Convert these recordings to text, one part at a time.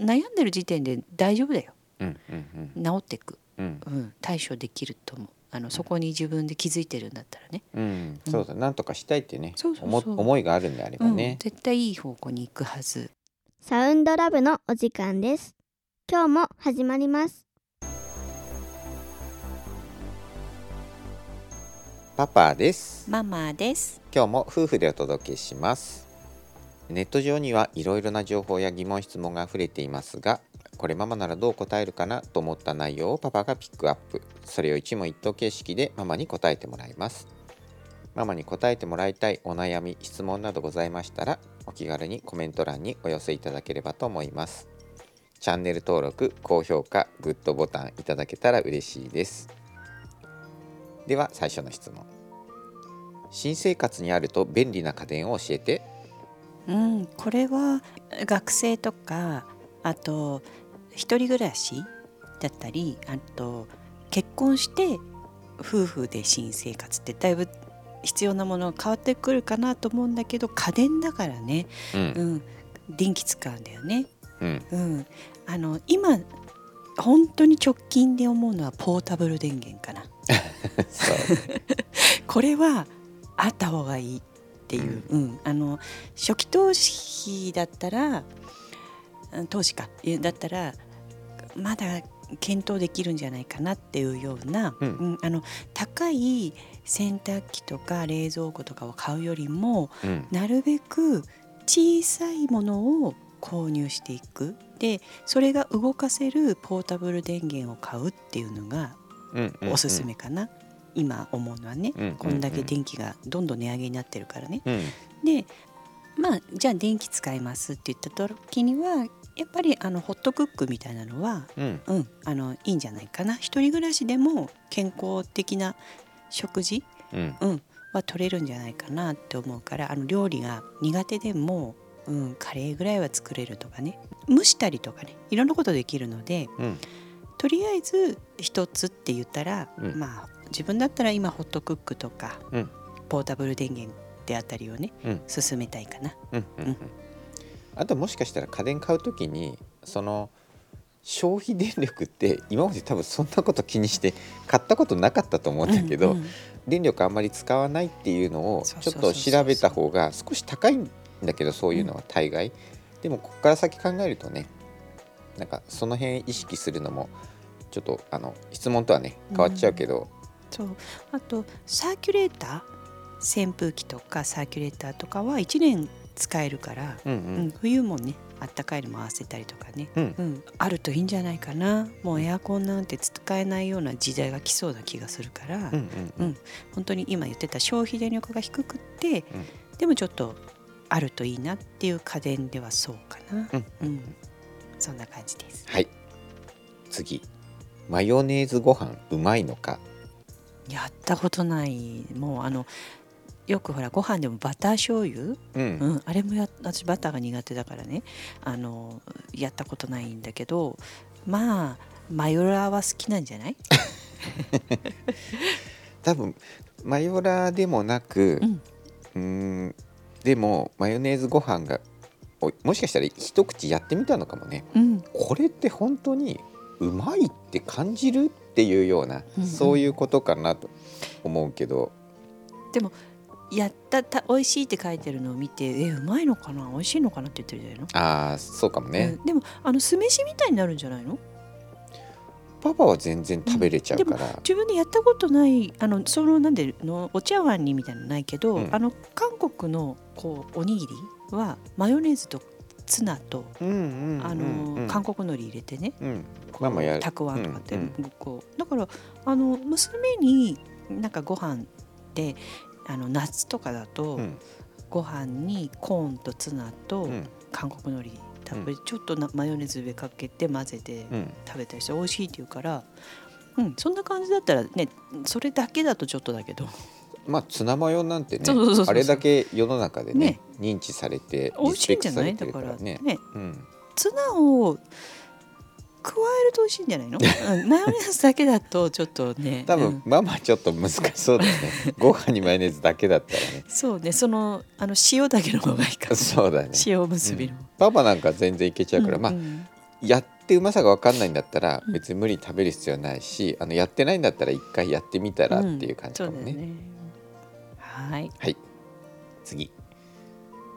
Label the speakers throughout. Speaker 1: 悩んでる時点で大丈夫だよ
Speaker 2: うんうん
Speaker 1: 治っていく、
Speaker 2: うん
Speaker 1: うん、対処できると思うあのそこに自分で気づいてるんだったらね、
Speaker 2: うんそうだなんとかしたいってね
Speaker 1: そうそう
Speaker 2: 思
Speaker 1: そう
Speaker 2: 思いがあるんであれば
Speaker 1: うん
Speaker 2: ね
Speaker 1: 絶対いい方向に行くはず
Speaker 3: サウンドラブのお時間です今日も始まります
Speaker 2: パパです
Speaker 1: ママです
Speaker 2: 今日も夫婦でお届けしますネット上にはいろいろな情報や疑問質問があふれていますがこれママならどう答えるかなと思った内容をパパがピックアップそれを一問一答形式でママに答えてもらいますママに答えてもらいたいお悩み質問などございましたらお気軽にコメント欄にお寄せいただければと思いますチャンネル登録高評価グッドボタンいただけたら嬉しいですでは最初の質問新生活にあると便利な家電を教えて
Speaker 1: うん、これは学生とかあと一人暮らしだったりあと結婚して夫婦で新生活ってだいぶ必要なものが変わってくるかなと思うんだけど家電だからね、
Speaker 2: う
Speaker 1: うんん、電気使うんだよね。
Speaker 2: うん
Speaker 1: うん、あの今本当に直近で思うのはポータブル電源かな。
Speaker 2: そう
Speaker 1: これはあった方がいいっていう、うんあの初期投資だったらうん投資かえだったらまだ検討できるんじゃないかなっていうような、
Speaker 2: うん
Speaker 1: うんあの高い洗濯機とか冷蔵庫とかを買うよりも
Speaker 2: うん
Speaker 1: なるべく小さいものを購入していくでそれが動かせるポータブル電源を買うっていうのが
Speaker 2: うんうん
Speaker 1: おすすめかな、今思うのはね、
Speaker 2: うんうんうん
Speaker 1: こんだけ電気がどんどん値上げになってるからね。
Speaker 2: うん
Speaker 1: でまあじゃあ電気使いますって言った時にはやっぱりあのホットクックみたいなのは、
Speaker 2: うん
Speaker 1: うん、あのいいんじゃないかな一人暮らしでも健康的な食事、
Speaker 2: うん
Speaker 1: うん、は取れるんじゃないかなって思うからあの料理が苦手でも、うん、カレーぐらいは作れるとかね蒸したりとかねいろんなことできるので、
Speaker 2: うん
Speaker 1: とりあえず一つって言ったら、
Speaker 2: うん
Speaker 1: まあ自分だったら今ホットクックとか、
Speaker 2: うん
Speaker 1: ポータブル電源であたりをね、
Speaker 2: うん
Speaker 1: 進めたいかな。
Speaker 2: うんうんうんあともしかしたら家電買うときにその消費電力って今まで多分そんなこと気にして買ったことなかったと思うんだけど、
Speaker 1: うんうん
Speaker 2: 電力あんまり使わないっていうのを
Speaker 1: そうそ
Speaker 2: ちょ
Speaker 1: う
Speaker 2: っ
Speaker 1: そうそう
Speaker 2: と調べた方が少し高いんだけどそういうのは大概、でもここから先考えるとねなんかその辺意識するのもちょっとあの質問とはね変わっちゃうけど、
Speaker 1: そうあとサーキュレーター扇風機とかサーキュレーターとかは1年使えるから、
Speaker 2: うんう
Speaker 1: うんん、冬もねあったかいのも合わせたりとかね、
Speaker 2: うん
Speaker 1: うん、あるといいんじゃないかなもうエアコンなんて使えないような時代が来そうな気がするから、
Speaker 2: うんうんうん
Speaker 1: 本当に今言ってた消費電力が低くって、
Speaker 2: う
Speaker 1: でもちょっとあるといいなっていう家電ではそうかな、
Speaker 2: うん
Speaker 1: うんそんな感じです
Speaker 2: はい次マヨネーズご飯うまいのか
Speaker 1: やったことないもうあのよくほらご飯でもバター醤油、
Speaker 2: うん
Speaker 1: うんあれもや私バターが苦手だからねあのやったことないんだけどまあマヨラーは好きなんじゃない、
Speaker 2: 多分マヨラーでもなく
Speaker 1: うん
Speaker 2: うーんでもマヨネーズご飯がおもしかしたら一口やってみたのかもね
Speaker 1: うん、
Speaker 2: これって本当にうまいって感じるっていうような、
Speaker 1: うんうん
Speaker 2: そういうことかなと思うけど
Speaker 1: やったた美味しいって書いてるのを見てえうまいのかな美味しいのかなって言ってるじゃないの
Speaker 2: ああそうかもね、
Speaker 1: うんでもあの酢飯みたいになるんじゃないの
Speaker 2: パパは全然食べれちゃうから、
Speaker 1: 自分でやったことないあのそのなんでのお茶碗にみたいなのないけど、
Speaker 2: うん
Speaker 1: あの韓国のこうおにぎりはマヨネーズとツナと、
Speaker 2: うんうんうんうん
Speaker 1: あの韓国のり入れてね
Speaker 2: うんママやる
Speaker 1: たくあんとかって、
Speaker 2: うんうん
Speaker 1: こうだからあの娘になんかご飯ってあの夏とかだと、
Speaker 2: うん
Speaker 1: ご飯にコーンとツナと
Speaker 2: うん
Speaker 1: 韓国のり食べ、ちょっとなマヨネーズ上かけて混ぜて
Speaker 2: うん
Speaker 1: 食べたりして美味しいって言うから、うん、そんな感じだったらねそれだけだとちょっとだけど
Speaker 2: まあツナマヨなんてね
Speaker 1: そうそうそうそう
Speaker 2: あれだけ世の中でね
Speaker 1: ね
Speaker 2: 認知されて
Speaker 1: 美味しいんじゃない
Speaker 2: リス
Speaker 1: だ
Speaker 2: ペク
Speaker 1: か
Speaker 2: トさ
Speaker 1: ら
Speaker 2: れてる
Speaker 1: ね
Speaker 2: ねうん
Speaker 1: ツナを加えると美味しいんじゃないの、うんマヨネーズだけだとちょっとね
Speaker 2: 多
Speaker 1: うん
Speaker 2: 分ママちょっと難しそうだねご飯にマヨネーズだけだったらね
Speaker 1: そうねその あの塩だけの方がいいかも
Speaker 2: そうだね
Speaker 1: 塩結びの、
Speaker 2: パパなんか全然いけちゃうから、まあ
Speaker 1: うん
Speaker 2: やってうまさが分かんないんだったら
Speaker 1: うん
Speaker 2: 別に無理に食べる必要ないし、あのやってないんだったら一回やってみたらっていう感じ
Speaker 1: そ
Speaker 2: か
Speaker 1: う
Speaker 2: も
Speaker 1: だ
Speaker 2: ね。
Speaker 1: ね。はい。
Speaker 2: はい次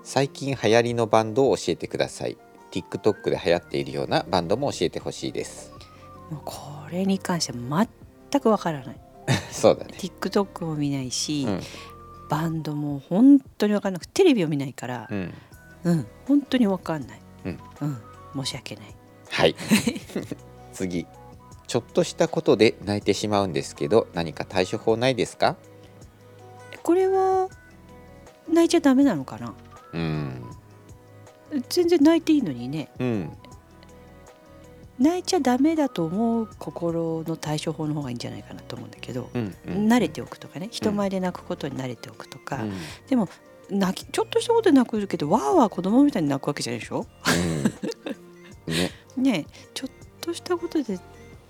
Speaker 2: 最近流行りのバンドを教えてください TikTok で流行っているようなバンドも教えてほしいです
Speaker 1: もうこれに関して全くわからない。
Speaker 2: そうだね
Speaker 1: TikTok も見ないし、
Speaker 2: うん
Speaker 1: バンドも本当にわかんなくてテレビを見ないから
Speaker 2: う、ん
Speaker 1: うん、本当にわかんない。
Speaker 2: うん、
Speaker 1: 申し訳ない。
Speaker 2: はい 次ちょっとしたことで泣いてしまうんですけど何か対処法ないですか
Speaker 1: これは泣いちゃダメなのかな。
Speaker 2: うん
Speaker 1: 全然泣いていいのにね。
Speaker 2: うん
Speaker 1: 泣いちゃダメだと思う心の対処法の方がいいんじゃないかなと思うんだけど、
Speaker 2: うんうん
Speaker 1: 慣れておくとかね人前で泣くことに慣れておくとか、
Speaker 2: うん
Speaker 1: でも泣きちょっとしたことで泣くけどわーわー子供みたいに泣くわけじゃないでしょ
Speaker 2: うんね
Speaker 1: ねえちょっとしたことで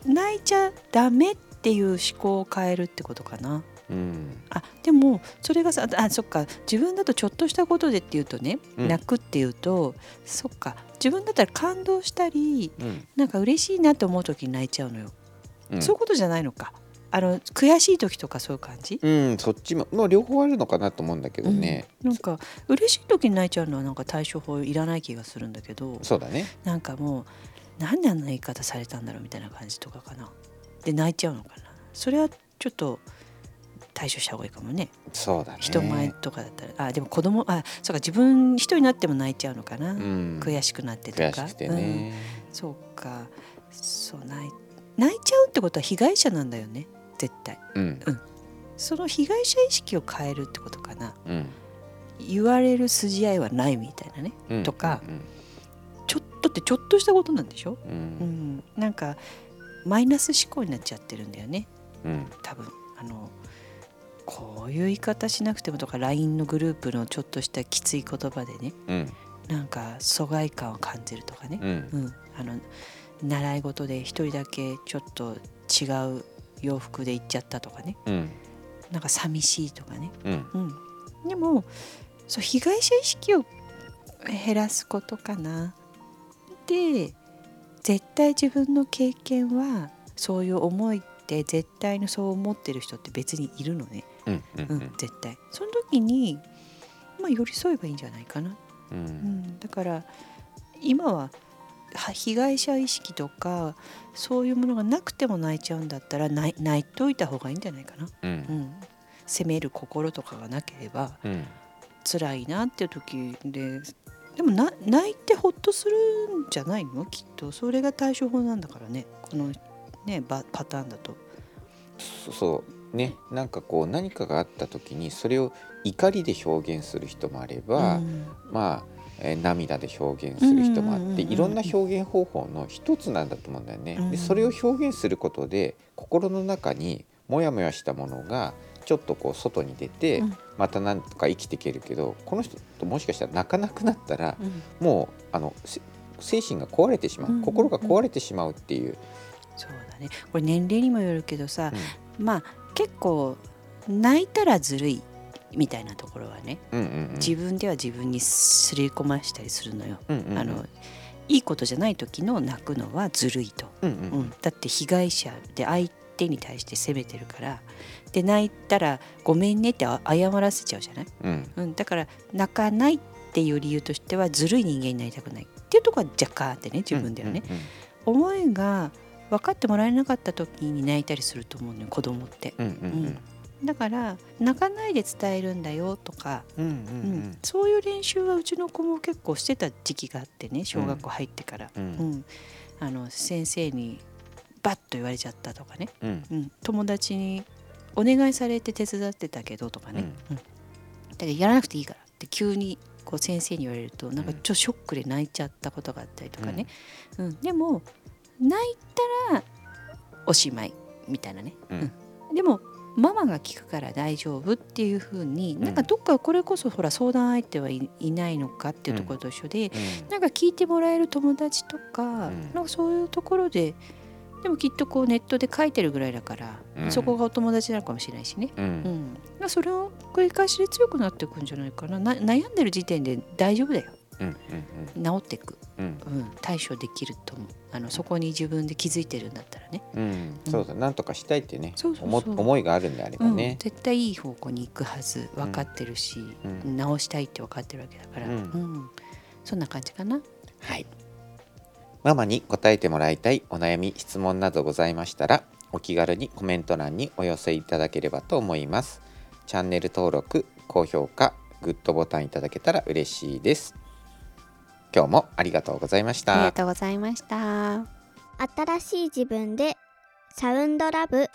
Speaker 1: 泣いちゃダメっていう思考を変えるってことかな
Speaker 2: うん
Speaker 1: あでもそれがさあそっか自分だとちょっとしたことでっていうとね、
Speaker 2: うん
Speaker 1: 泣くっていうとそっか自分だったら感動したり
Speaker 2: うん
Speaker 1: なんか嬉しいなと思う時に泣いちゃうのよ、
Speaker 2: うん
Speaker 1: そういうことじゃないのかあの悔しい時とかそういう感じ、
Speaker 2: うん、そっちも、まあ、両方あるのかなと思うんだけどね、
Speaker 1: なんか嬉しい時に泣いちゃうのはなんか対処法いらない気がするんだけど
Speaker 2: そうだね
Speaker 1: なんかもうなんであんな言い方されたんだろうみたいな感じとかかなで泣いちゃうのかなそれはちょっと対処した方がいいかもね
Speaker 2: そうだね
Speaker 1: 人前とかだったら、あでも子供あそうか自分一人になっても泣いちゃうのかな、
Speaker 2: うん
Speaker 1: 悔しくなってとか
Speaker 2: 悔しくてね、
Speaker 1: うんそうかそう泣い泣いちゃうってことは被害者なんだよね絶対
Speaker 2: うん
Speaker 1: その被害者意識を変えるってことかな
Speaker 2: うん
Speaker 1: 言われる筋合いはないみたいなね
Speaker 2: うん、
Speaker 1: とかちょっとってちょっとしたことなんでしょ
Speaker 2: うんう
Speaker 1: うんん、なんかマイナス思考になっちゃってるんだよね
Speaker 2: うん
Speaker 1: 多分あのこういう言い方しなくてもとか LINE のグループのちょっとしたきつい言葉でね
Speaker 2: うん
Speaker 1: なんか疎外感を感じるとかね、
Speaker 2: うん
Speaker 1: うん、あの習い事で一人だけちょっと違う洋服で行っちゃったとかね
Speaker 2: うん
Speaker 1: なんか寂しいとかね、
Speaker 2: うん
Speaker 1: うん、でもそう被害者意識を減らすことかな。で絶対自分の経験はそういう思いって絶対にそう思ってる人って別にいるのね、
Speaker 2: うんう
Speaker 1: うん
Speaker 2: ん
Speaker 1: 絶対。その時に、まあ、寄り添えばいいんじゃないかな。
Speaker 2: う
Speaker 1: うんん、だから今はは被害者意識とかそういうものがなくても泣いちゃうんだったら泣い泣いといた方がいいんじゃないかな。
Speaker 2: う
Speaker 1: うんん、責める心とかがなければ
Speaker 2: うん
Speaker 1: 辛いなっていう時ででもな泣いてほっとするんじゃないのきっとそれが対処法なんだからねこのねばパターンだと。
Speaker 2: そそうねなんかこう何かがあった時にそれを怒りで表現する人もあれば、
Speaker 1: うん
Speaker 2: まあえー涙で表現する人もあ
Speaker 1: うんうん
Speaker 2: っ
Speaker 1: うん
Speaker 2: て
Speaker 1: うん
Speaker 2: いろんな表現方法の一つなんだと思うんだよね
Speaker 1: う。ん
Speaker 2: でそれを表現することで心の中にモヤモヤしたものがちょっとこう外に出て
Speaker 1: うん
Speaker 2: またなんとか生きていけるけどこの人ともしかしたら泣かなくなったら
Speaker 1: うん
Speaker 2: もうあのせ精神が壊れてしま
Speaker 1: うんうんう
Speaker 2: う
Speaker 1: ん
Speaker 2: 心が壊れてしまうっていう、
Speaker 1: そうだねこれ年齢にもよるけどさ
Speaker 2: うん、
Speaker 1: まあ結構泣いたらずるいみたいなところはね
Speaker 2: うんうんうん
Speaker 1: 自分では自分にすり込ましたりするのよ。
Speaker 2: うんうんうん
Speaker 1: あのいいことじゃない時の泣くのはずるいと。
Speaker 2: うんうん
Speaker 1: うん、だって被害者で相手に対して責めてるからで泣いたら「ごめんね」ってあ謝らせちゃうじゃない、
Speaker 2: うん
Speaker 1: うん、だから泣かないっていう理由としてはずるい人間になりたくないっていうところは若干あってね自分ではね、思いが分かってもらえなかった時に泣いたりすると思うのよ子供って。
Speaker 2: うんうんうん
Speaker 1: だから泣かないで伝えるんだよとか、
Speaker 2: うんうんうん
Speaker 1: う
Speaker 2: うんん
Speaker 1: そういう練習はうちの子も結構してた時期があってね小学校入ってから、
Speaker 2: うん
Speaker 1: うんあの先生にバッと言われちゃったとかね、
Speaker 2: うん
Speaker 1: うん、友達にお願いされて手伝ってたけどとかね、うんだからやらなくていいからって急にこう先生に言われるとなんかちょっとショックで泣いちゃったことがあったりとかね、うんでも泣いたらおしまいみたいなね、
Speaker 2: うん
Speaker 1: うんでもママが聞くから大丈夫っていうふうになんかどっかこれこそほら相談相手はいいないのかっていうところと一緒で、なんか聞いてもらえる友達とか,、
Speaker 2: ん
Speaker 1: なんかそういうところででもきっとこうネットで書いてるぐらいだから、
Speaker 2: うん
Speaker 1: そこがお友達なのかもしれないしね、
Speaker 2: うんうん
Speaker 1: うんまあそれを繰り返しで強くなっていくんじゃないかなな悩んでる時点で大丈夫だよ、
Speaker 2: うん
Speaker 1: 治っていく、
Speaker 2: うん
Speaker 1: うん、対処できると思うあのそこに自分で気づいてるんだったらね、
Speaker 2: うんうんそうだなんとかしたいってね
Speaker 1: そうそう
Speaker 2: 思
Speaker 1: そう
Speaker 2: 思いがあるんであれば
Speaker 1: うん
Speaker 2: ね、
Speaker 1: 絶対いい方向に行くはず分かってるし、
Speaker 2: う
Speaker 1: 治したいって分かってるわけだから、
Speaker 2: うん
Speaker 1: うんそんな感じかな。
Speaker 2: はいママに答えてもらいたいお悩み質問などございましたらお気軽にコメント欄にお寄せいただければと思いますチャンネル登録高評価グッドボタンいただけたら嬉しいです今日もありがとうございました
Speaker 1: ありがとうございました。
Speaker 3: 新しい自分でサウンドラブ